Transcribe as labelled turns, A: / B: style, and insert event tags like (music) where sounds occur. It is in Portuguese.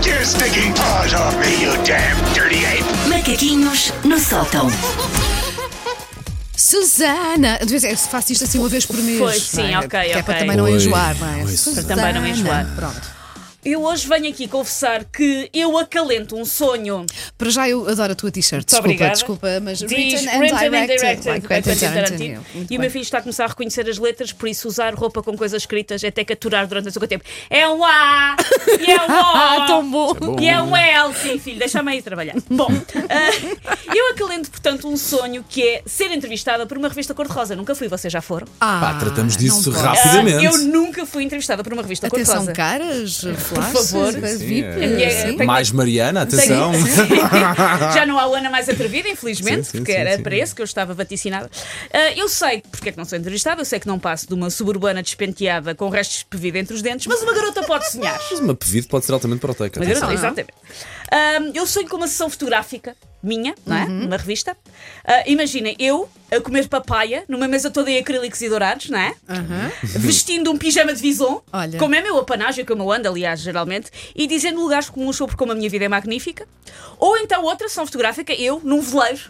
A: taking paws off me, you damn dirty ape!
B: Macaquinhos no sótão.
C: Susana! De vez em- Faço isto assim uma vez por mês.
D: Foi, sim,
C: não é?
D: ok,
C: Que é
D: ok.
C: para também não
E: Oi,
C: enjoar, não é?
E: oi,
C: Susana.
D: Para também não enjoar.
C: Pronto.
D: Eu hoje venho aqui confessar que eu acalento um sonho.
C: Para já eu adoro a tua t-shirt. Desculpa,
D: obrigada.
C: desculpa, mas.
D: Diz
C: written and
D: Written
C: directed.
D: by
C: by Quentin Tarantino.
D: E
C: Muito
D: o
C: bem.
D: meu filho está a começar a reconhecer as letras, por isso usar roupa com coisas escritas é até que aturar durante o seu tempo. É um A!
C: (laughs)
D: E é um O!
C: Ah, tão bom!
D: E é um L, sim, filho, deixa-me aí trabalhar. Bom, ah, eu acalento, portanto, um sonho que é ser entrevistada por uma revista cor-de-rosa. Nunca fui, vocês já foram?
C: Ah,
E: Pá, tratamos
C: não posso.
E: disso rápido.
D: Ah,
E: Rapidamente.
D: eu nunca fui entrevistada por uma revista
C: Atenção,
D: cor-de-rosa.
C: caras, flash,
D: favor.
C: coisa
E: Sim,
C: VIP.
E: é-
C: sim.
D: Tenho-
E: Mais Mariana, atenção.
D: Tenho- (laughs) Já não há o Ana mais atrevida, infelizmente,
E: Sim, sim,
D: porque
E: sim,
D: era
E: sim.
D: para esse que eu estava vaticinada. Ah, eu sei porque é que não sou entrevistada, eu sei que não passo de uma suburbana despenteada com restos de pevida entre os dentes, mas uma garota pode sonhar.
E: (laughs) Mas uma pedido pode ser altamente proteica.
D: Uma garota,
E: atenção.
D: exatamente. Ah, eu sonho com uma sessão fotográfica minha, não é? Numa revista. Ah, Imaginem, eu a comer papaya numa mesa toda em acrílicos e dourados, não é?
C: Aham.
D: vestindo um pijama de vison,
C: Olha.
D: como é meu apanágio, como eu ando, aliás, geralmente, e dizendo lugares comuns sobre como a minha vida é magnífica. Ou então outra sessão fotográfica, eu, num veleiro,